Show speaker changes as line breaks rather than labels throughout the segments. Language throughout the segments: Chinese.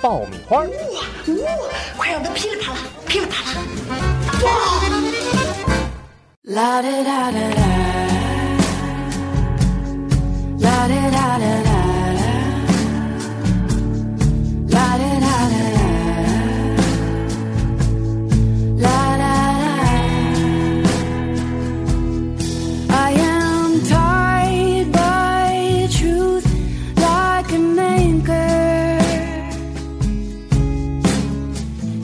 爆米花》。
呜、哦、快让它噼里啪啦，噼里啪啦！
啦滴哒哒哒，啦滴哒哒哒哒，啦滴哒哒哒，啦哒哒。I am tied by truth like an anchor,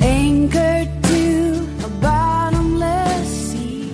anchored to a bottomless sea.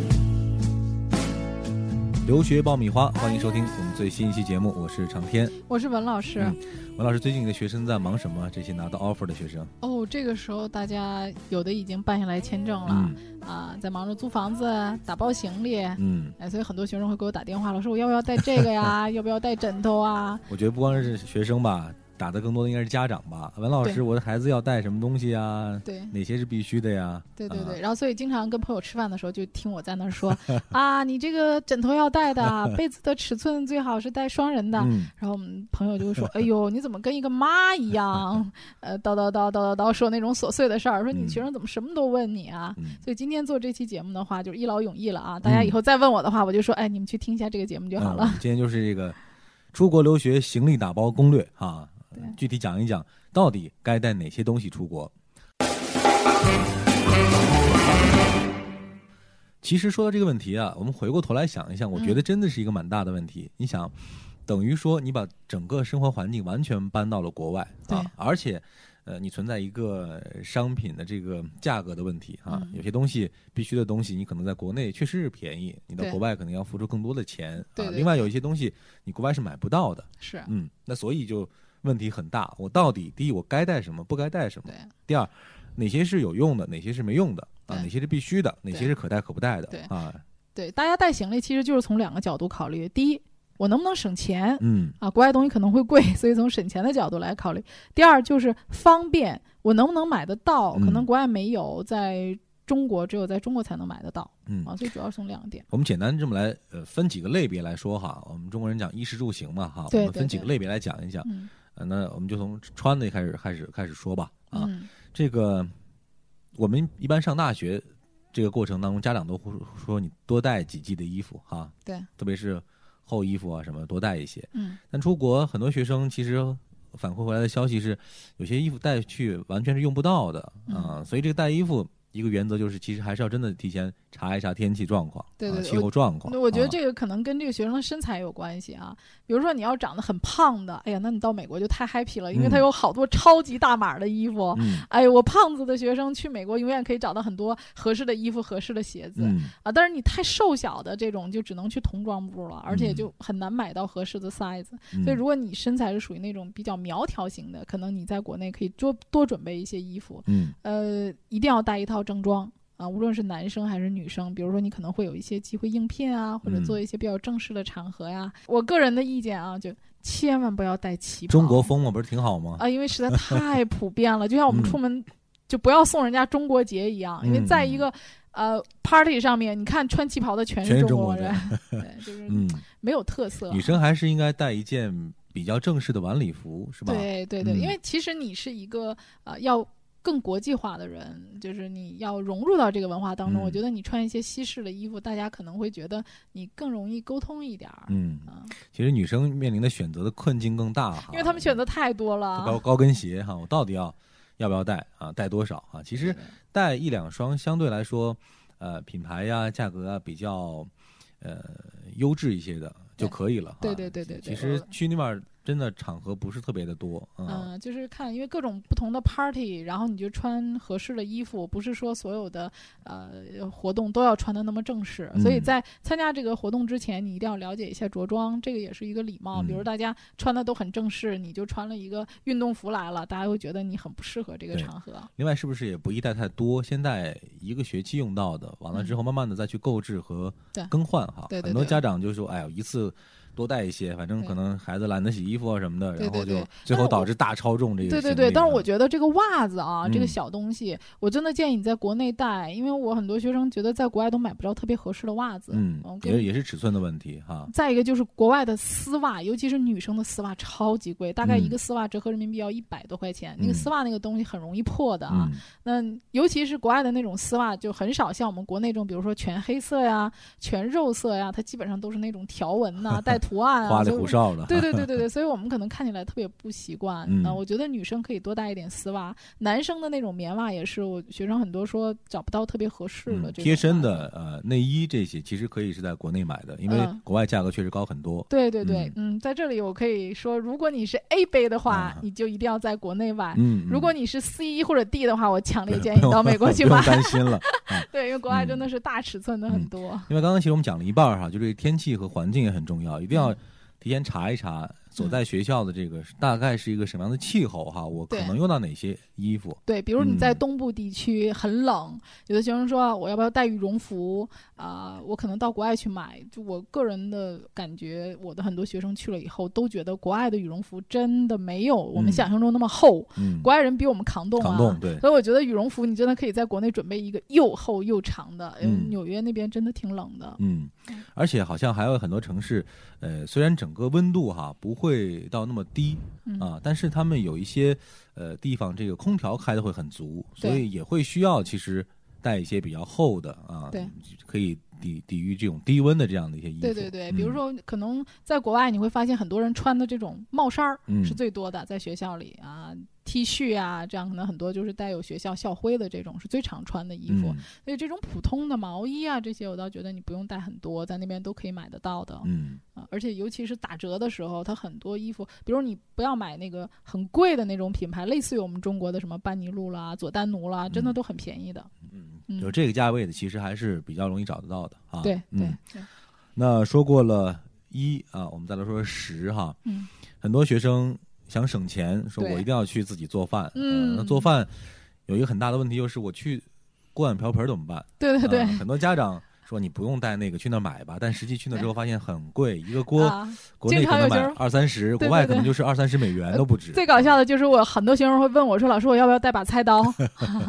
留学爆米花，欢迎收听我们最新一期节目，我是长天。
我是文老师。
嗯文老师，最近你的学生在忙什么？这些拿到 offer 的学生，
哦，这个时候大家有的已经办下来签证了啊、在忙着租房子、打包行李。
嗯，
哎，所以很多学生会给我打电话了，说我要不要带这 个呀？要不要带枕头啊？
我觉得不光是学生吧，打的更多的应该是家长吧。文老师，
对
我的孩子要带什么东西呀？
对
哪些是必须的呀？
对对对，
啊
然后所以经常跟朋友吃饭的时候，就听我在那 儿说啊，你这个枕头要带的，被子的尺寸最好是带双人的。
嗯，
然后我们朋友就 会说：“哎呦，你怎么跟一个妈一样？呃，叨叨叨叨叨叨说那种琐碎的事儿，说你
嗯
学生怎么什么都问你啊？”
嗯
所以今天做这期节目的话，就是一劳永逸了啊！大家
嗯
以后再问我的话，我就说：“哎，你们去听一下这个节目就好
嗯
了。
我们今天就是这个出国留学行李打包攻略啊，具体讲一讲到底该带哪些东西出国。其实说到这个问题啊，我们回过头来想一
嗯
想，我觉得真的是一个蛮大的问题。你想，等于说你把整个生活环境完全搬到了国外啊
对，
而且，呃，你存在一个呃商品的这个价格的问题啊，
嗯
有些东西必须的东西，你可能在国内确实是便宜，你到
对
国外可能要付出更多的钱
对
啊。
对啊
另外有一些东西你国外是买不到的，
是
嗯，那所以就问题很大。我到底第一我该带什么，不该带什么
对？
第二，哪些是有用的，哪些是没用的啊？
对
哪些是必须的，哪些是可带可不带
对
的啊？
对，大家带行李其实就是从两个角度考虑：第一，我能不能省钱
嗯
啊？国外东西可能会贵，所以从省钱的角度来考虑；第二，就是方便，我能不能买得到？可能
嗯
国外没有，在中国只有在中国才能买得到
嗯，
啊。所以主要是从两点。
我们简单这么来呃分几个类别来说哈。我们中国人讲衣食住行嘛哈，我
对
们
对
分几
对
个类别来讲一讲。
嗯
呃那我们就从穿的开始开始开始说吧啊。
嗯，
这个我们一般上大学这个过程当中，家长都会说你多带几季的衣服哈、
对，
特别是厚衣服啊什么多带一些。
嗯，
但出国很多学生其实反馈回来的消息是，有些衣服带去完全是用不到的
嗯
啊、所以这个带衣服。一个原则就是，其实还是要真的提前查一查天气状况，
对对
啊、
对
气候状况。
那我觉得
啊
这个可能跟这个学生的身材有关系啊。比如说你要长得很胖的，哎呀，那你到美国就太 happy 了，因为
嗯
他有好多超级大码的衣服。
嗯
哎呦，我胖子的学生去美国永远可以找到很多合适的衣服、合适的鞋子、
嗯
啊。但是你太瘦小的这种，就只能去童装部了，而且就很难买到合适的 size、
嗯，
所以如果你身材是属于那种比较苗条型的，可能你在国内可以多多准备一些衣服，
嗯
呃，一定要带一套正装啊，无论是男生还是女生。比如说，你可能会有一些机会应聘啊，或者
嗯
做一些比较正式的场合呀、我个人的意见啊，就千万不要带旗袍。
中国风嘛，不是挺好吗？
啊，因为实在太普 遍了，就像我们
嗯
出门就不要送人家中国结一样，因为在一
嗯
个呃 party 上面，你看穿旗袍的全
全是
是中
中国
人， 对，就是
嗯，
没有特色。
女生还是应该带一件比较正式的晚礼服，是吧？
对对对，
嗯
因为其实你是一个呃要更国际化的人，就是你要融入到这个文化当中。我
嗯
觉得你穿一些西式的衣服，大家可能会觉得你更容易沟通一点儿，
嗯，
啊
其实女生面临的选择的困境更大哈，
因为他们选择啊太多了。
高高跟鞋哈，我到底要要不要带啊？带多少啊？其
对
实带一两双相对来说，呃，品牌呀、价格啊比较呃优质一些的就可以了啊。
对对对对对
其实去那边真的场合不是特别的多啊。
嗯，就是看，因为各种不同的 party，然后你就穿合适的衣服，不是说所有的呃活动都要穿的那么正式。所以
嗯
在参加这个活动之前，你一定要了解一下着装，这个也是一个礼貌。比如
嗯
大家穿的都很正式，你就穿了一个运动服来了，大家会觉得你很不适合这个
对
场合。
另外，是不是也不宜带太多？先带一个学期用到的，完了之后慢慢的再去购置和
嗯对
更换哈。
对对
很多
对
家长就说：“哎呀，一次多带一些，反正
对
可能孩子懒得洗衣服啊什么的，
对
然后
对对
就最
但
后
是
导
我
致大超重这个。”
对对对，但是我觉得这个袜子啊，这个
嗯
小东西，我真的建议你在国内带，因为我很多学生觉得在国外都买不着特别合适的袜子。
嗯
我，跟
也也是尺寸的问题哈。
再一个就是国外的丝袜，尤其是女生的丝袜超级贵，大概
嗯
一个丝袜折合人民币要一百多块钱。那
嗯
个丝袜那个东西很容易破的啊。
嗯，
那尤其是国外的那种丝袜，就很少像我们国内这种，比如说全黑色呀、全肉色呀，它基本上都是那种条纹 呐、带图案啊，
花里
所以
胡
我
哨的。
对对对对对，所以我们可能看起来特别不习惯。
嗯
呃我觉得女生可以多带一点丝袜，男生的那种棉袜也是，我学生很多说找不到特别合适的、
嗯
这种
贴身
袜子
的呃内衣这些，其实可以是在国内买的，因为
嗯
国外价格确实高很多。
对对对，嗯在这里我可以说，如果你是 A 杯的话，
啊
你就一定要在国内买；
嗯，
哎如
嗯
果你是 C 或者 D 的话，我强烈建议
不用
到美国去
不用
买。
担心了。
对，因为国外真
嗯
的是大尺寸的很多。
因为刚刚其实我们讲了一半儿哈，就是天气和环境也很重要，一定
嗯
要提前查一查所在学校的这个大概是一个什么样的气候哈，我可
对
能用到哪些衣服。
对，比如你在
嗯
东部地区很冷，有的学生说我要不要带羽绒服啊、我可能到国外去买。就我个人的感觉，我的很多学生去了以后都觉得国外的羽绒服真的没有我们
嗯
想象中那么厚，
嗯，
国外人比我们扛冻啊。
抗冻对，
所以我觉得羽绒服你真的可以在国内准备一个又厚又长的，因为
嗯
纽约那边真的挺冷的。
嗯，而且好像还有很多城市，呃，虽然整个温度哈不会到那么低
嗯
啊，但是他们有一些呃地方这个空调开的会很足，
对
所以也会需要其实带一些比较厚的啊，
对，
可以抵抵御这种低温的这样的一些衣服。
对对对，比如
嗯
说，可能在国外你会发现很多人穿的这种帽衫儿
嗯
是最多的，在学校里啊，T 恤啊，这样可能很多就是带有学校校徽的这种是最常穿的衣服。
嗯
所以这种普通的毛衣啊，这些我倒觉得你不用带很多，在那边都可以买得到的。
嗯
啊，而且尤其是打折的时候，它很多衣服，比如你不要买那个很贵的那种品牌，类似于我们中国的什么班尼路啦、佐丹奴啦，真的
嗯
都很便宜的。
嗯，
嗯
就这个价位的，其实还是比较容易找得到的啊。
对对
嗯，
对
那说过了一啊，我们再来说十哈。
嗯，
很多学生想省钱，说
对
我一定要去自己做饭。
嗯
呃那做饭有一个很大的问题就是我去锅碗瓢盆怎么 办？
对对对。
啊很多家长。说你不用带那个去那儿买吧，但实际去那儿之后发现很贵，一个锅、
啊，
国内
经
可
常
能
有
买
就是
二三十，
对
国外
对
可能
对呃
就是二三十美元都不止。
最搞笑的就是我很多学生会问我说：“老师，我要不要带把菜刀？”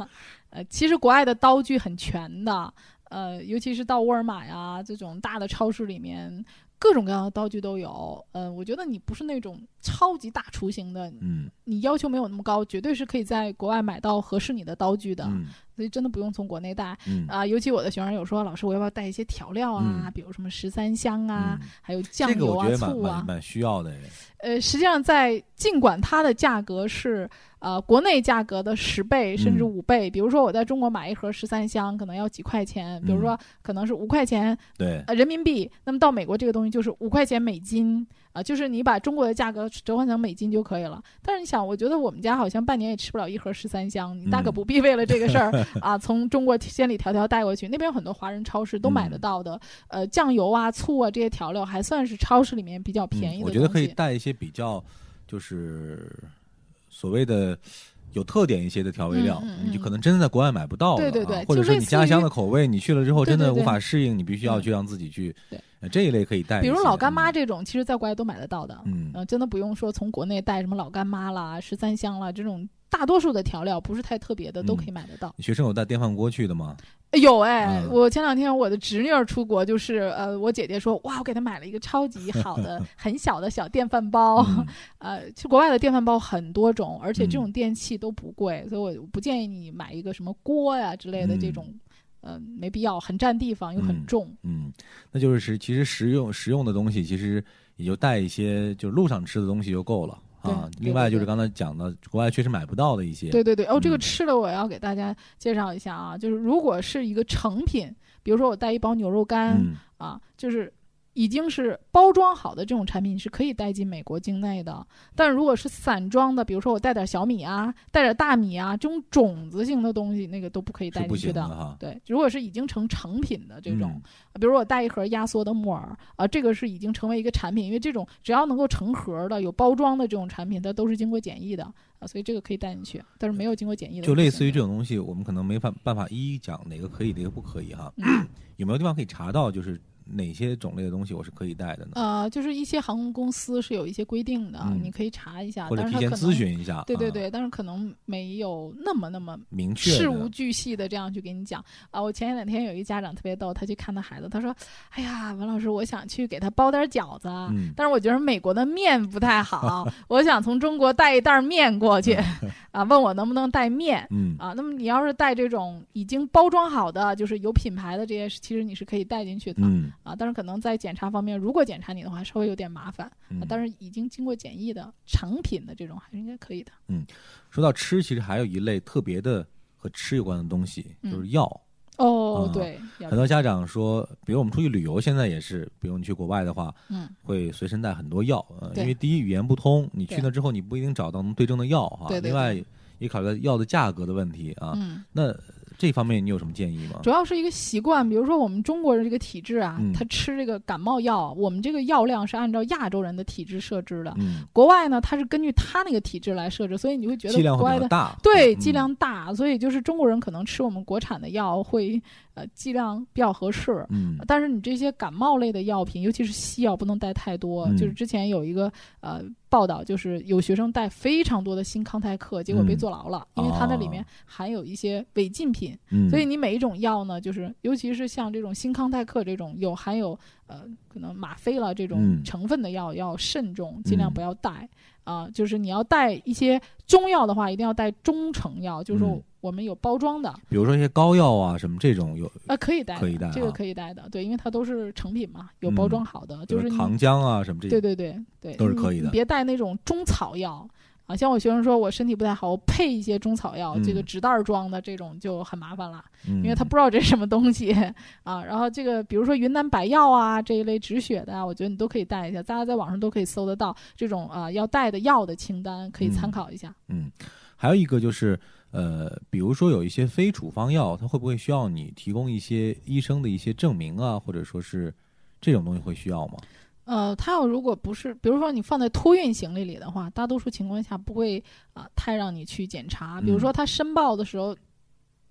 呃，其实国外的刀具很全的，呃，尤其是到沃尔玛呀、这种大的超市里面，各种各样的刀具都有。呃，我觉得你不是那种超级大厨型的，
嗯
你要求没有那么高，绝对是可以在国外买到合适你的刀具的，
嗯
所以真的不用从国内带啊、
嗯
尤其我的学生有说，老师我要不要带一些调料啊，
嗯
比如什么十三香啊，
嗯
还有酱
这个
油
我
啊、
觉得蛮
醋啊
蛮，蛮需要的耶。
呃，实际上在尽管它的价格是呃国内价格的十倍甚至
嗯
五倍，比如说我在中国买一盒十三香可能要几块钱，
嗯
比如说可能是五块钱、
对，
呃人民币，那么到美国这个东西就是五块钱美金啊、就是你把中国的价格折换成美金就可以了。但是你想，我觉得我们家好像半年也吃不了一盒十三香，你大可
嗯
不必为了这 个事儿啊，从中国千里迢迢带过去。那边有很多华人超市都买得
嗯
到的，呃，酱油啊、醋啊这些调料还算是超市里面比较便宜
嗯。
的、东
我觉得可以
西
带一些比较就是所谓的有特点一些的调味料，
嗯嗯嗯
你就可能真的在国外买不到的、啊，
对对对
或者
就
说
类
你
似
家乡
于
的口味，你去了之后
对
真的
对
无
对
法适应，你必须要
嗯
去让自己去，
对
呃这一类可以带一
比
些，
如老干妈
嗯，
这种，其实在国外都买得到的。
嗯
呃真的不用说从国内带什么老干妈啦、十三香啦这种，大多数的调料不是太特别的都可
嗯
以买得到。
学生有带电饭锅去的吗？
哎有哎，
嗯
我前两天我的侄女儿出国，就是呃，我姐姐说哇，我给她买了一个超级 好的、很小的小电饭煲。
嗯
呃，去国外的电饭煲很多种，而且
嗯
这种电器都不贵，所以我不建议你买一个什么锅呀、之类的这
嗯
种，呃，没必要，很占地方又
嗯
很重。
嗯，那就是实其实实用实用的东西，其实也就带一些就是路上吃的东西就够了。啊，
对对
另外就是
对对
刚才讲的，国外确实买不到的一些，
对对对，哦，这个
嗯
吃的我要给大家介绍一下啊，就是如果是一个成品，比如说我带一包牛肉干、
嗯
啊，就是。已经是包装好的这种产品是可以带进美国境内的。但如果是散装的，比如说我带点小米啊，带点大米啊，这种种子型的东西，那个都不可以
是
带
不行
进去的。
哈。
对，如果是已经成成品的这种，
嗯
比如我带一盒压缩的木耳啊、这个是已经成为一个产品，因为这种只要能够成盒的、有包装的这种产品，它都是经过检疫的啊、所以这个可以带进去，但是没有经过检疫的
就类似于这
种，
种东西，我们可能没法办法一一讲哪个可以，哪个不可以哈。
嗯
有没有地方可以查到，就是哪些种类的东西我是可以带的呢？
呃，就是一些航空公司是有一些规定的，
嗯
你可以查一下，
或者
但是
提前
啊它可
咨
能。
询一下？
对对
啊，
对，但是可能没有那么那么
明确
事
的
无巨细的这样去给你讲啊。我前两天有一家长特别逗，他去看他孩子，他说：“哎呀，文老师，我想去给他包点饺子，
嗯
但是我觉得美国的面不 太好，我想从中国带一袋面过去啊，问我能不能带面。”
嗯
啊，那么你要是带这种已经包装好的，就是有品牌的这些，其实你是可以带进去的、
嗯
啊。但是可能在检查方面，如果检查你的话，稍微有点麻烦。
嗯
啊，但是已经经过检疫的成品的这种，还是应该可以的。
说到吃，其实还有一类特别的和吃有关的东西，
嗯
就是药。
哦，
啊
对，要
很多家长说，比如我们出去旅游，现在也是，比如你去国外的话，
嗯，
会随身带很多药，呃，
对
因为第一语言不通，你去
对
那之后你不一定找到能对症的药哈。
对对
另外也考虑到药的价格的问题啊。
嗯，
那这方面你有什么建议吗
主？要是一个习惯，比如说我们中国人这个体质啊，
嗯
他吃这个感冒药，我们这个药量是按照亚洲人的体质设置的。
嗯，
国外呢，它是根据他那个体质来设置，所以你会觉得
剂量
国
会
外
比较
的
大。
对
嗯
剂量大，所以就是中国人可能吃我们国产的药会呃剂量比较合适，
嗯
但是你这些感冒类的药品，尤其是西药，不能带太多。
嗯
就是之前有一个呃报道，就是有学生带非常多的新康泰克，结果被
嗯
坐牢了，因为它那里面
哦
含有一些违禁品。
嗯，
所以你每一种药呢，就是尤其是像这种新康泰克这种有含有呃可能吗啡了这
嗯
种成分的药，要慎重，尽量
嗯
不要带啊、就是你要带一些中药的话，一定要带中成药，就是说
嗯
我们有包装的，
比如说一些膏药啊什么这种有
呃，可以带的，
可以带
这个
啊嗯
可以带的，对，因为它都是成品嘛，有包装好的，就是
比如
你，
糖浆啊什么这
对
种。
对对对，
都是
你
可以的
你别带那种中草药啊，像我学生说我身体不太好，我配一些中草药，这个
嗯
纸袋儿装的这种就很麻烦了，
嗯，
因为他不知道这是什么东西啊。然后这个比如说云南白药啊这一类止血的啊，我觉得你都可以带一下，大家在网上都可以搜得到这种啊要带的药的清单，可以参
嗯
考一下。
还有一个就是，呃，比如说有一些非处方药，它会不会需要你提供一些医生的一些证明啊，或者说是这种东西会需要吗？
呃，它要如果不是，比如说你放在托运行李里的话，大多数情况下不会啊、太让你去检查。比如说
嗯
它申报的时候，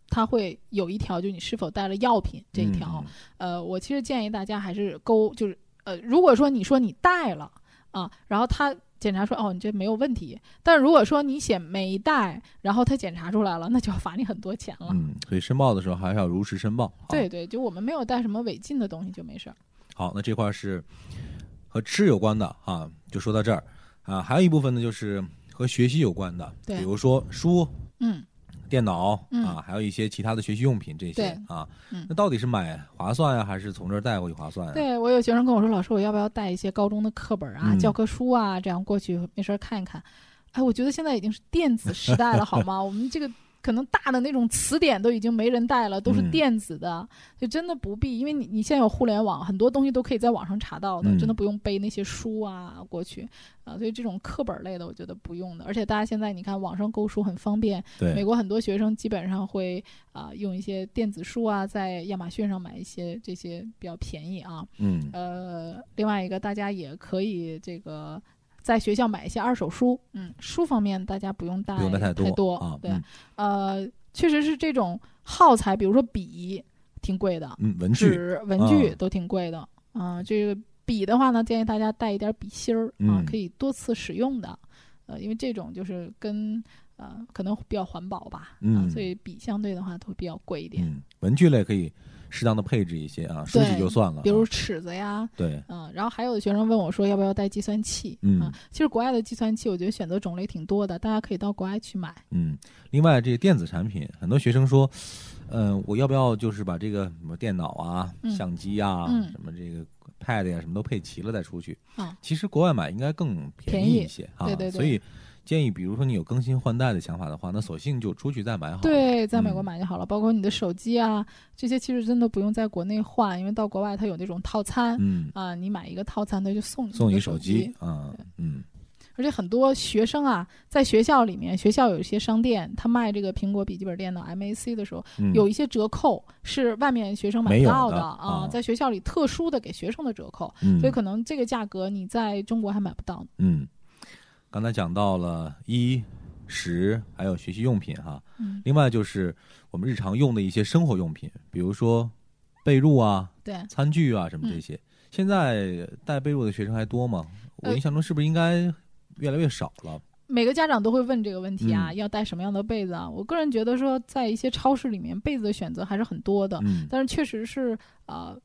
它会有一条，就你是否带了药品这一条。
嗯，
呃，我其实建议大家还是勾，就是呃，如果说你说你带了啊，然后他检查说哦你这没有问题，但如果说你写没带，然后他检查出来了，那就要罚你很多钱了。
嗯，嗯所以申报的时候还是要如实申报。好
对，对，就我们没有带什么违禁的东西就没事儿。
好，那这块是和吃有关的啊，就说到这儿啊，还有一部分呢就是和学习有关的，
对
比如说书、
嗯，
电脑、
嗯
啊，还有一些其他的学习用品这些
对
啊，
嗯
那到底是买划算呀、啊还是从这儿带回去划算呀、啊
对我有学生跟我说，老师，我要不要带一些高中的课本啊、
嗯
教科书啊，这样过去没事儿看一看？哎，我觉得现在已经是电子时 代了，好吗？我们这个可能大的那种词典都已经没人带了，都是
嗯
电子的，就真的不必，因为你你现在有互联网，很多东西都可以在网上查到的，
嗯
真的不用背那些书啊过去啊。所以这种课本类的，我觉得不用的。而且大家现在你看，网上购书很方便，
对
美国很多学生基本上会啊、用一些电子书啊，在亚马逊上买一些这些比较便宜啊。
嗯
呃，另外一个大家也可以这个在学校买一些二手书，嗯，书方面大家不用带
不用带太
哎多，
啊，
对，
嗯
呃，确实是这种耗材，比如说笔挺贵的，
嗯，文具
纸、文具
啊
都挺贵的啊、这个笔的话呢，建议大家带一点笔芯儿啊
嗯，
可以多次使用的，呃，因为这种就是跟呃可能比较环保吧，啊，
嗯
所以笔相对的话都会比较贵一点，
嗯，文具类可以适当的配置一些啊，书籍
对
就算了啊。
比如尺子呀，
对，
嗯，然后还有的学生问我说要不要带计算器？
嗯
啊，其实国外的计算器我觉得选择种类挺多的，大家可以到国外去买。
嗯，另外这个电子产品，很多学生说，嗯，我要不要就是把这个什么电脑啊、
嗯
相机啊、
嗯
什么这个 Pad 呀、什么都配齐了再出去
啊
其实国外买应该更便
便
宜
宜
一些啊，
对对对
所以建议，比如说你有更新换代的想法的话，那索性就出去再买好了。
对，在美
嗯
国买就好了，包括你的手机啊，这些其实真的不用在国内换，因为到国外它有那种套餐
嗯，
啊，你买一个套餐，它就送你
送
一
你
个
手
机
机。啊，嗯
而且很多学生啊，在学校里面，学校有一些商店，他卖这个苹果笔记本电脑 MAC 的时候，
嗯，
有一些折扣是外面学生买
没
不
有
到
的
啊、
啊
在学校里特殊的给学生的折扣，
嗯
所以可能这个价格你在中国还买不到呢。
嗯，刚才讲到了衣食，还有学习用品哈。
嗯，
另外就是我们日常用的一些生活用品，比如说被褥啊、
对。
餐具啊什么
嗯
这些。现在带被褥的学生还多吗？我
呃
印象中是不是应该越来越少了？
每个家长都会问这个问题啊，
嗯
要带什么样的被子啊？我个人觉得说，在一些超市里面，被子的选择还是很多的，
嗯
但是确实是呃，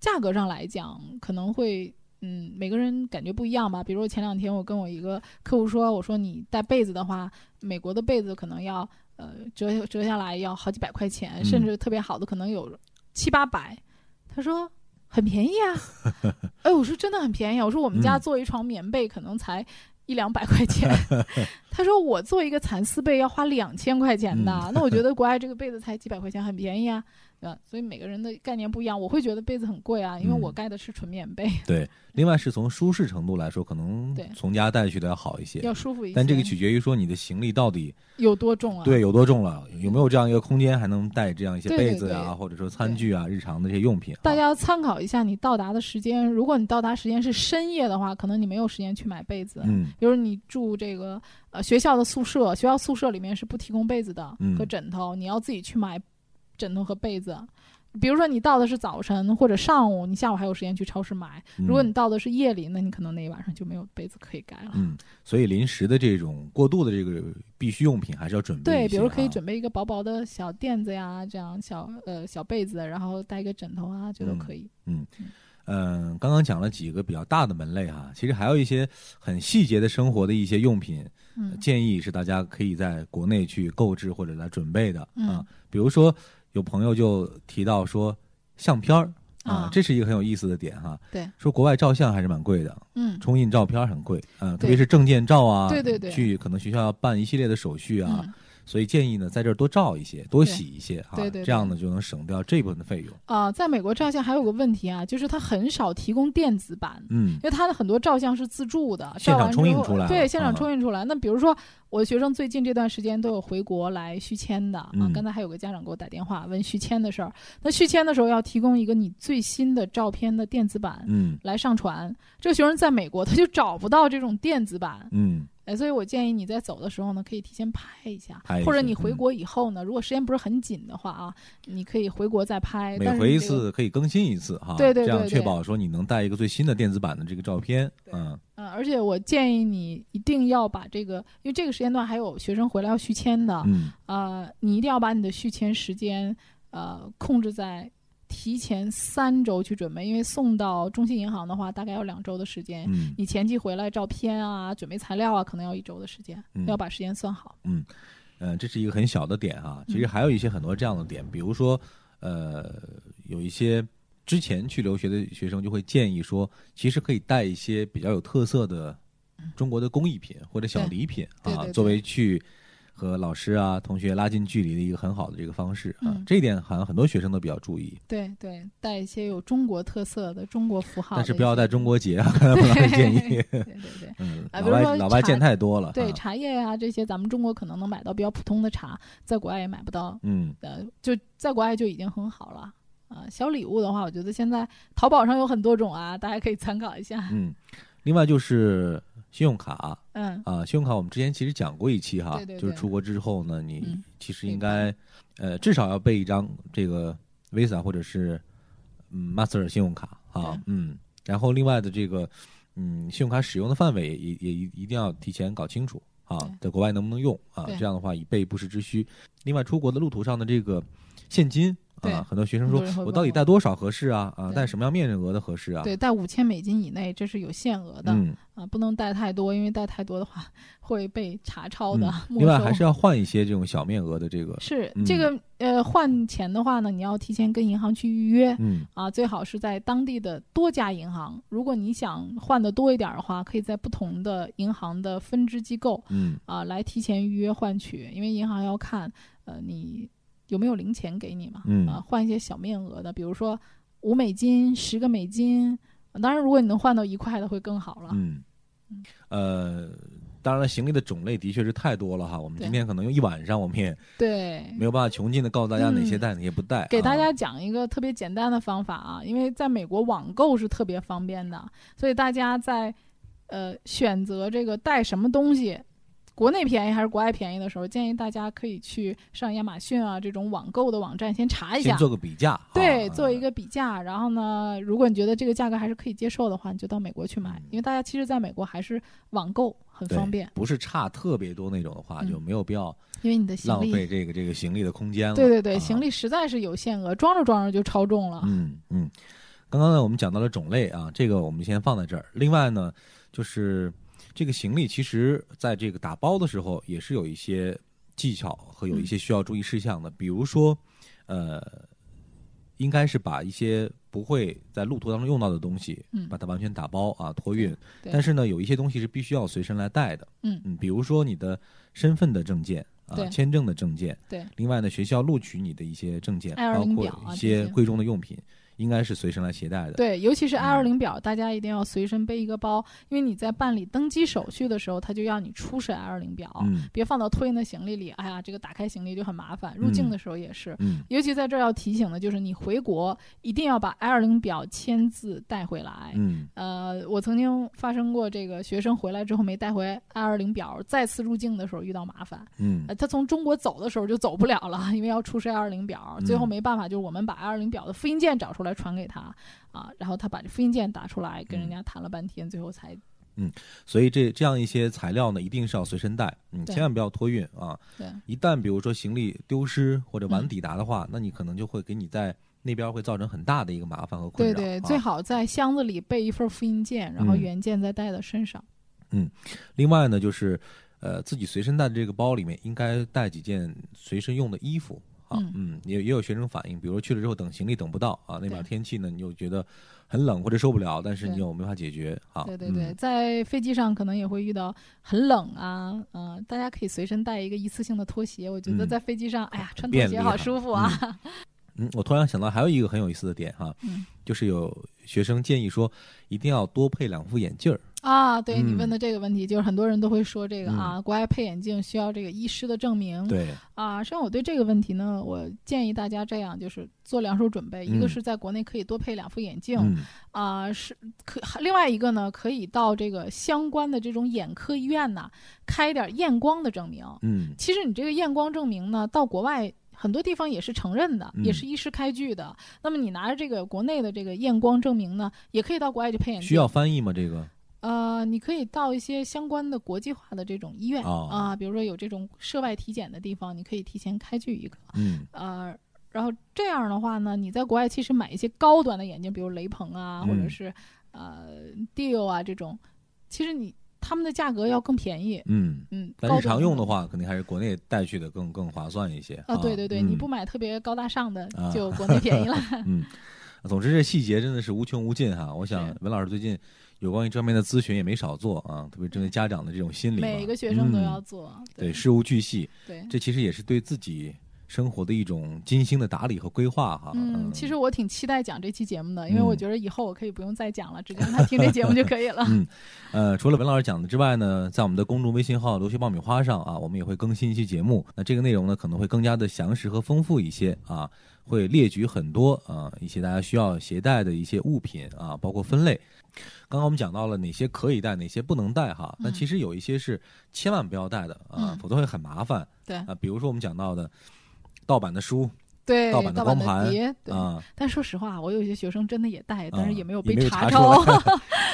价格上来讲可能会。嗯，每个人感觉不一样吧。比如我前两天我跟我一个客户说，我说你带被子的话，美国的被子可能要呃折折下来要好几百块钱，
嗯
甚至特别好的可能有七八百。他说很便宜啊。 哎，我说真的很便宜啊。我说我们家
嗯
做一床棉被可能才一两百块钱。 他说我做一个蚕丝被要花两千块钱的，
嗯
那我觉得国外这个被子才几百块钱，很便宜啊，对吧？所以每个人的概念不一样，我会觉得被子很贵啊，因为
嗯
我盖的是纯棉被，
另外是从舒适程度来说，可能
对
从家带去的要好一些
要。舒服一些。
但这个取决于说你的行李到底
有多重啊？
对，有多重了，有没有这样一个空间，还能带这样一些
对对
被子啊，
对
或者说餐具啊，日常的这些用品啊。
大家要参考一下你到达的时间。如果你到达时间是深夜的话，可能你没有时间去买被子。
嗯
比如你住这个呃学校的宿舍，学校宿舍里面是不提供被子的
嗯
和枕头，你要自己去买枕头和被子。比如说你到的是早晨或者上午，你下午还有时间去超市买。
嗯
如果你到的是夜里，那你可能那一晚上就没有被子可以盖了。
嗯，所以临时的这种过渡的这个必需用品还是要准备一些啊。
对，比如可以准备一个薄薄的小垫子呀，这样小呃小被子，然后带一个枕头啊，这都
嗯
可以。
嗯，刚刚讲了几个比较大的门类哈，其实还有一些很细节的生活的一些用品，
嗯，
建议是大家可以在国内去购置或者来准备的、啊
嗯。
比如说，有朋友就提到说相片儿啊
啊，
这是一个很有意思的点哈。
对，
说国外照相还是蛮贵的，
嗯，
冲印照片儿很贵啊、特
对
别是证件照啊，
对对对
去可能学校要办一系列的手续啊，
嗯
所以建议呢在这儿多照一些，多
对
洗一些啊，
对对对
这样呢就能省掉这部分的费用。
啊、在美国照相还有个问题啊，就是它很少提供电子版，
嗯
因为它的很多照相是自助的，
现
照
场
完之
冲印
后
出来了
对，现
啊
场冲印出来。那比如说，我的学生最近这段时间都有回国来续签的啊。
嗯
刚才还有个家长给我打电话问续签的事儿，那续签的时候要提供一个你最新的照片的电子版。
嗯
来上传，这个学生在美国他就找不到这种电子版，
嗯，
哎，所以我建议你在走的时候呢，可以提前拍一下，
拍一
或者
下
你回
嗯
国以后呢，如果时间不是很紧的话啊，你可以回国再拍。
每
哎但是
回
你
一
这个
次可以更新一次哈，
对对
这样
对
确
对
保说你能带一个最新的电子版的这个照片。嗯
嗯，而且我建议你一定要把这个，因为这个时间段还有学生回来要续签的，
嗯
呃，你一定要把你的续签时间，呃，控制在提前三周去准备，因为送到中信银行的话，大概要两周的时间。
嗯
你前期回来照片啊，准备材料啊，可能要一周的时间，
嗯
要把时间算好。
嗯，这是一个很小的点哈，
嗯
其实还有一些很多这样的点，比如说呃，有一些之前去留学的学生就会建议说，其实可以带一些比较有特色的中国的工艺品或者小
嗯对
礼品
对
啊，
对
作
对
为去。和老师啊、同学拉近距离的一个很好的这个方式啊，
嗯
这一点好像很多学生都比较注意，
对对，带一些有中国特色的中国符号的
但
一些，
是不要带中国结啊，刚才我老师建 议，
对对对。
嗯，
啊
老
比如
外
说
老外
茶
见太多了，
对
啊
茶叶呀、这些，咱们中国可能能买到比较普通的茶，在国外也买不到，
嗯
呃，就在国外就已经很好了。啊、小礼物的话，我觉得现在淘宝上有很多种啊，大家可以参考一下。
嗯，另外就是信用卡啊、
嗯，
信用卡我们之前其实讲过一期哈，
对对
就是
对
出国之后呢，你
嗯
其实
明
应该、呃至少要备一张这个 Visa 或者是嗯 Master 信用卡啊
对，
嗯，然后另外的这个嗯信用卡使用的范围也也也一定要提前搞清楚啊
对，
在国外能不能用啊，
对
这样的话以备不时之需。另外，出国的路途上的这个现金
对
啊，很多学生
很
说
多人会
我
问
到底
我
带多少合适啊？啊，
对
带什么样面额的合适啊？
对，带五千美金以内，这是有限额的、
嗯，
啊，不能带太多，因为带太多的话 会被查抄的。
嗯
没
另外
收
还是要换一些这种小面额的这个，
是
嗯
这个呃，换钱的话呢，你要提前跟银行去预约
嗯
啊，最好是在当地的多家银行。如果你想换的多一点儿的话，可以在不同的银行的分支机构
嗯
啊来提前预约换取，因为银行要看呃你有没有零钱给你嘛，
嗯
啊换一些小面额的，比如说五美金、十个美金。当然，如果你能换到一块的会更好了。
嗯，呃，当然了，行李的种类的确是太多了哈。我们
对
今天可能用一晚上，我们也
对，
没有办法穷尽的告诉大家哪些
嗯
带，哪些不带啊。
给大家讲一个特别简单的方法啊，因为在美国网购是特别方便的，所以大家在呃选择这个带什么东西，国内便宜还是国外便宜的时候，建议大家可以去上亚马逊啊这种网购的网站先查一
先
下。
做个比价，
对，
啊
做一个比价，然后呢，如果你觉得这个价格还是可以接受的话，你就到美国去买，因为大家其实在美国还是网购
嗯
很
对
方便，
不是差特别多那种的话，
嗯
就没有必要
因为你的行
浪
李，
费这个这个行李的空间了。
对对对，
啊
行李实在是有限额，装着装着就超重了。
嗯嗯，刚刚呢，我们讲到了种类啊，这个我们先放在这儿。另外呢，就是这个行李，其实在这个打包的时候也是有一些技巧和有一些需要注意事项的，比如说，呃，应该是把一些不会在路途当中用到的东西，
嗯
把它完全打包啊，托运。
对
但是呢，有一些东西是必须要随身来带的，
嗯
比如说你的身份的证件啊，
对
签证的证件，
对，
另外呢，学校录取你的一些证件，
I20
包括
表啊
一
这
些
些
贵重的用品，应该是随身来携带的。
对，尤其是 I 二
嗯
零表，大家一定要随身背一个包，因为你在办理登机手续的时候，他就要你出示 I 二零表，
嗯
别放到托运的行李里。哎呀，这个打开行李就很麻烦，入
嗯
境的时候也是。
嗯
尤其在这儿要提醒的就是，你回国一定要把 I 二零表签字带回来。
嗯
呃，我曾经发生过这个学生回来之后没带回 I 二零表，再次入境的时候遇到麻烦。
嗯
呃，他从中国走的时候就走不了了，因为要出示 I 二零表，最后
嗯
没办法，就是我们把 I 二零表的复印件找出来传给他啊，然后他把这复印件打出来，
嗯
跟人家谈了半天，最后才
所以这这样一些材料呢，一定是要随身带，嗯，
对
千万不要托运啊。
对
一旦比如说行李丢失或者晚
嗯
抵达的话，那你可能就会给你在那边会造成很大的一个麻烦和困
对
扰。
对，
啊
最好在箱子里备一份复印件，然后
嗯
原件再带到身上。
另外呢，就是呃，自己随身带的这个包里面应该带几件随身用的衣服啊。
嗯
嗯，也也有学生反映，比如说去了之后等行李等不到啊，那边
对
天气呢你又觉得很冷或者受不了，但是你
对
又没法解决啊。
对对对，在飞机上可能也会遇到很冷啊，嗯、大家可以随身带一个一次性的拖鞋，我觉得
嗯
在飞机上，哎呀，穿拖
便利
鞋
哈
好舒服啊。
嗯。嗯，我突然想到还有一个很有意思的点哈、
嗯
就是有学生建议说一定要多配两副眼镜儿。
啊，对你
嗯
问的这个问题，就是很多人都会说这个啊，国外配眼镜需要这个医师的证明。
对，
啊，实际上我对这个问题呢，我建议大家这样，就是做两手准备，一
嗯
个是在国内可以多配两副眼镜，
嗯
啊、是可另外一个呢，可以到这个相关的这种眼科医院呐，开一点验光的证明。
嗯
其实你这个验光证明呢，到国外。很多地方也是承认的，
嗯
也是医师开具的。那么你拿着这个国内的这个验光证明呢，也可以到国外去配眼镜。
需要翻译吗？这个
呃，你可以到一些相关的国际化的这种医院啊、
哦
比如说有这种涉外体检的地方，你可以提前开具一个。
嗯
呃，然后这样的话呢，你在国外其实买一些高端的眼镜，比如雷朋啊，或者
嗯
是呃 Deal 啊这种，其实你他们的价格要更便宜。
嗯。
嗯，
但
高
日常
端
用的话，肯定还是国内带去的更更划算一些
啊，对对对，你
嗯
不买特别高大上的，
啊
就国内便宜 了。
嗯，总之这细节真的是无穷无尽哈。我想
是
文老师最近有关于这方面的咨询也没少做啊，特别针对家长的这种心理嘛，
每个学生都要
嗯、
做。
对事无巨细，
对。
这其实也是对自己生活的一种精心的打理和规划哈。
嗯，其实我挺期待讲这期节目的，因为我
啊嗯
觉得以后我可以不用再讲了，直接让他听这节目就可以 了。
呃，除了文老师讲的之外呢，在我们的公众微信号“留学爆米花”上啊，我们也会更新一期节目。那这个内容呢，可能会更加的详实和丰富一些啊，会列举很多啊一些大家需要携带的一些物品啊，包括分类。刚刚我们讲到了哪些可以带，哪些不能带哈。那其实有一些是千万不要带的啊，
嗯
否则会很麻烦
对
啊。比如说我们讲到的盗版的书
对，
盗
盗
版
版
的光盘
碟，对。
啊，
但说实话，我有些学生真的也带，但是
啊
也没有
也
被
没有
查
出
抄。
来，啊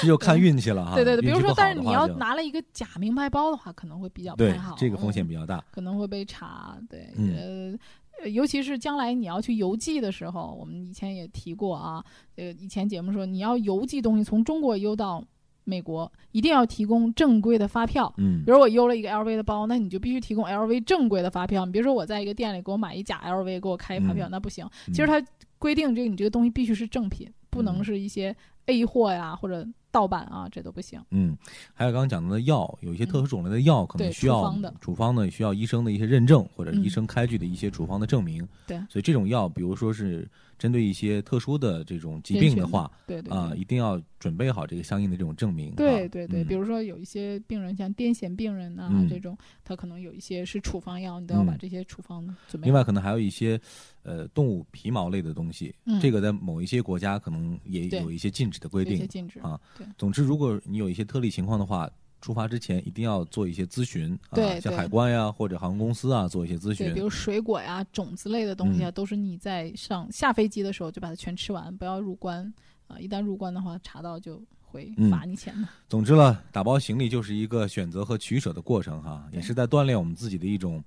这就看运气了哈。
对对对，比
运
如
气
说
不，
但
好
是
的
你
话
要
就
拿了一个假名牌包的话，可能会比较不
对
太好。
这个风险
嗯
比较大。
可能会被查。对，
嗯
呃，呃尤其是将来你要去邮寄的时候，我们以前也提过啊，呃，以前节目说你要邮寄东西从中国邮到美国，一定要提供正规的发票。
嗯
比如我邮了一个 LV 的包，那你就必须提供 LV 正规的发票。你别说我在一个店里给我买一假 LV，给我开一发票，
嗯
那不行。
嗯
其实它规定这个你这个东西必须是正品，不能
嗯
是一些 A 货呀或者盗版啊，这都不行。
嗯，还有刚刚讲到的药，有一些特殊种类的药可能
嗯对
需要
处方的
处方呢需要医生的一些认证，或者
嗯
医生开具的一些处方的证明。
对
所以这种药，比如说是针对一些特殊的这种疾
人
病
群
的话，
对对对
啊、一定要准备好这个相应的这种证明。
对
啊
对对，
嗯
比如说有一些病人，像癫痫病人呐、啊
嗯
这种，他可能有一些是处方药，你都要把
嗯
这些处方准备好。
另外，可能还有一些，呃，动物皮毛类的东西，
嗯
这个在某一些国家可能也
对
有一些禁止的规
有一
定
些。禁止。
啊
对
总之，如果你有一些特例情况的话，出发之前一定要做一些咨询，啊、
对
像
对
海关呀或者航空公司啊做一些咨询嗯
对，比。如水果呀、种子类的东西啊，都是你在上下飞机的时候就把它全吃完，不要入关啊、一旦入关的话，查到就会
嗯
罚你钱的。
总之了，打包行李就是一个选择和取舍的过程哈，也是在锻炼我们自己的一种，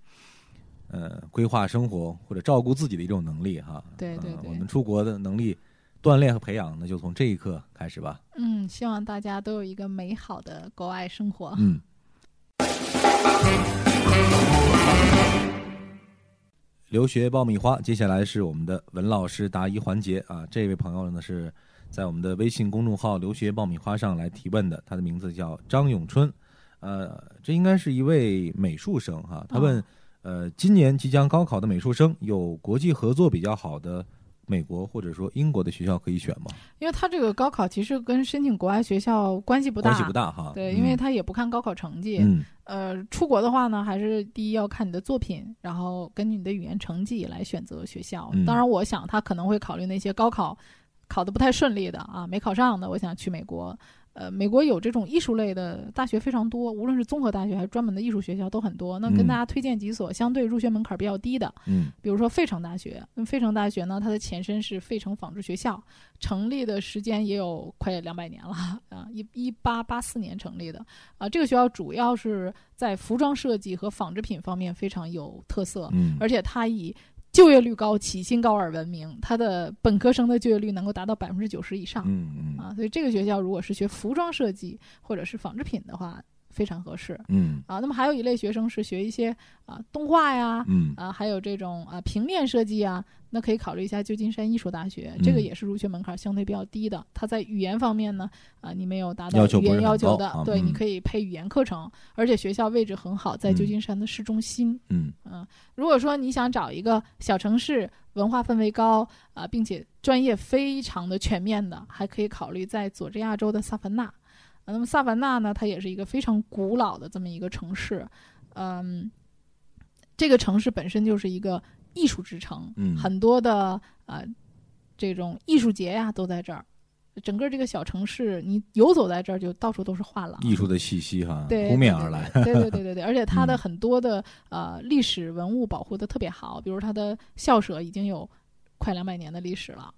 呃，规划生活或者照顾自己的一种能力哈。
对对
呃
对
我们出国的能力锻炼和培养，那就从这一刻开始吧。
嗯，希望大家都有一个美好的国外生活。
嗯。留学爆米花，接下来是我们的文老师答疑环节啊。这位朋友呢是在我们的微信公众号“留学爆米花”上来提问的，他的名字叫张永春，呃，这应该是一位美术生哈、他
哦
问，呃，今年即将高考的美术生有国际合作比较好的美国或者说英国的学校可以选吗？
因为他这个高考其实跟申请国外学校关系不大，
关系不。大哈。
对，因为
嗯
他也不看高考成绩，
嗯
呃，出国的话呢，还是第一要看你的作品，然后根据你的语言成绩来选择学校。
嗯
当然，我想他可能会考虑那些高考考得不太顺利的啊，没考上的，我想去美国。呃，美国有这种艺术类的大学非常多，无论是综合大学还是专门的艺术学校都很多。那跟
嗯
大家推荐几所相对入学门槛比较低的，
嗯
比如说费城大学，那么费城大学呢，它的前身是费城纺织学校，成立的时间也有快两百年了 啊，一一八八四年成立的啊。这个学校主要是在服装设计和纺织品方面非常有特色，
嗯，
而且它以就业率高、起薪高而闻名，它的本科生的就业率能够达到百分之九十以上
嗯嗯
啊。所以这个学校如果是学服装设计或者是纺织品的话，非常合适
嗯
啊。那么还有一类学生是学一些啊动画呀，
嗯
啊，还有这种啊平面设计啊，那可以考虑一下旧金山艺术大学，这个
嗯
也是入学门槛相对比较低的。它在语言方面呢，啊，你没有达
要
到
求
语
不
言
是
要
很
求
高
的，
啊
对，你
嗯
可以配语言课程，而且学校位置很好，在旧
嗯
金山的市中心。
嗯
如果说你想找一个小城市，文化氛围高啊、并且专业非常的全面的，还可以考虑在佐治亚州的萨凡纳。啊那么萨凡纳呢，它也是一个非常古老的这么一个城市，嗯，这个城市本身就是一个艺术之城，
嗯
很多的呃这种艺术节呀、都在这儿。整个这个小城市，你游走在这儿，就到处都是画廊，
艺术的气息哈，
对，
啊扑面
对
而来。。
对对对对 对，而且它的
嗯
很多的呃历史文物保护的特别好，比如它的校舍已经有快两百年的历史了。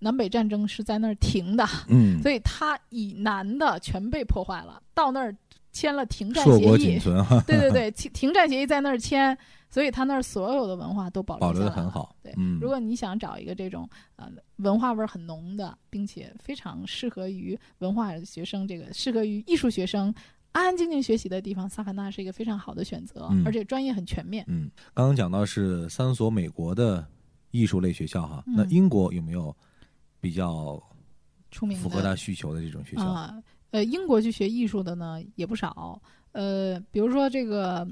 南北战争是在那儿停的，
嗯，
所以它以南的全被破坏了，到那儿签了停战
硕
协
果仅
议。
存哈，
对 对对，停停战协议在那儿签，所以它那儿所有的文化都保
保留
留
的
下来
很
了
好。
对，
嗯，
如果你想找一个这种呃文化味儿很浓的，并且非常适合于文化学生这个适合于艺术学生安安静静学习的地方，萨凡纳是一个非常好的选择，
嗯
而且专业很全面。
嗯，刚刚讲到是三所美国的艺术类学校哈，那
嗯
英国有没有比较
出名的
符合他需求的这种学校？
啊、呃，英国去学艺术的呢也不少，呃，比如说这个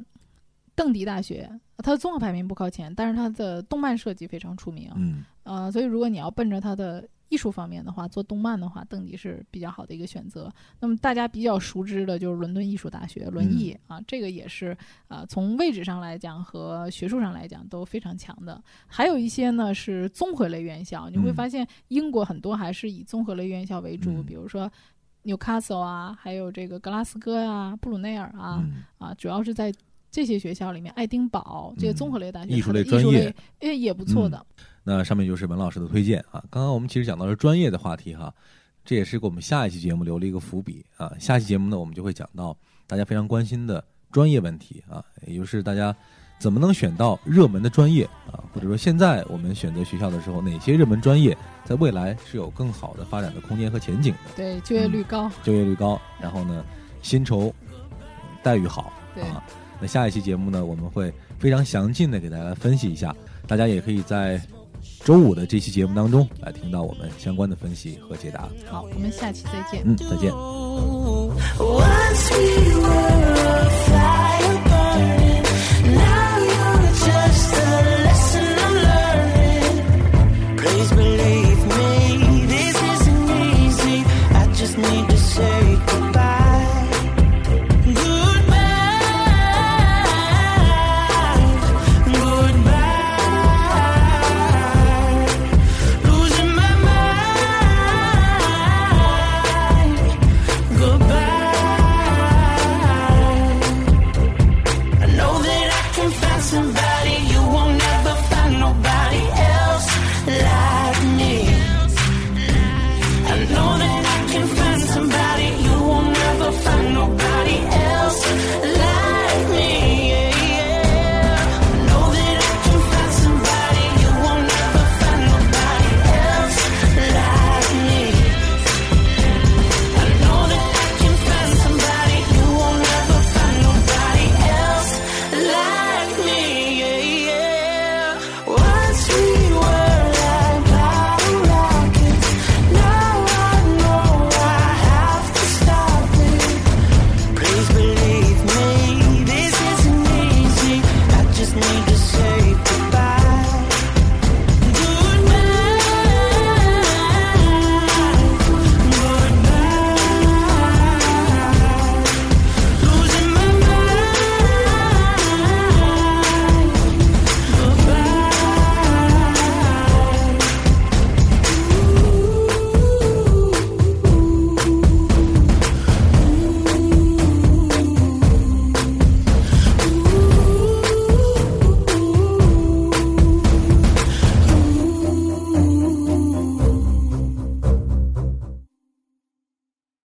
邓迪大学，它的综合排名不靠前，但是它的动漫设计非常出名。
嗯
呃，所以如果你要奔着它的艺术方面的话，做动漫的话，邓迪是比较好的一个选择。那么大家比较熟知的就是伦敦艺术大学，伦艺、
嗯
啊，这个也是呃，从位置上来讲和学术上来讲都非常强的。还有一些呢是综合类院校，你会
嗯
发现英国很多还是以综合类院校为主，
嗯
比如说。纽卡斯尔啊，还有这个格拉斯哥啊、布鲁内尔啊，
嗯
啊，主要是在这些学校里面，爱丁堡这
嗯
个综合类大学，
艺术
它的
类专
艺术
业
类也也不错
嗯
的。
那上面就是文老师的推荐啊。刚刚我们其实讲到了专业的话题哈，这也是给我们下一期节目留了一个伏笔啊。下期节目呢，我们就会讲到大家非常关心的专业问题啊，也就是大家怎么能选到热门的专业啊，或者说现在我们选择学校的时候，哪些热门专业在未来是有更好的发展的空间和前景的？
对，就业率高，
就业率高，然后呢，薪酬待遇好
对
啊。那下一期节目呢，我们会非常详尽的给大家分析一下，大家也可以在周五的这期节目当中来听到我们相关的分析和解答。
好，我们下期再见。
嗯，再见。
Once we were a fire burning, now you're just a lesson I'm learning.
Please believe me, this isn't easy. I just need to say goodbye. Goodbye. Goodbye. Losing my mind. Goodbye. I know that I can find somebody. You won't ever find nobody else like me. I know that I can find somebody. You won't ever find nobody else like me. I know that I can find somebody. You won't ever find nobody else like me. I know that I can find somebody. You won't ever find nobody else like me. Once we were like bottle rockets, now I know I have to stop it. Please believe me, this isn't easy. I just need to say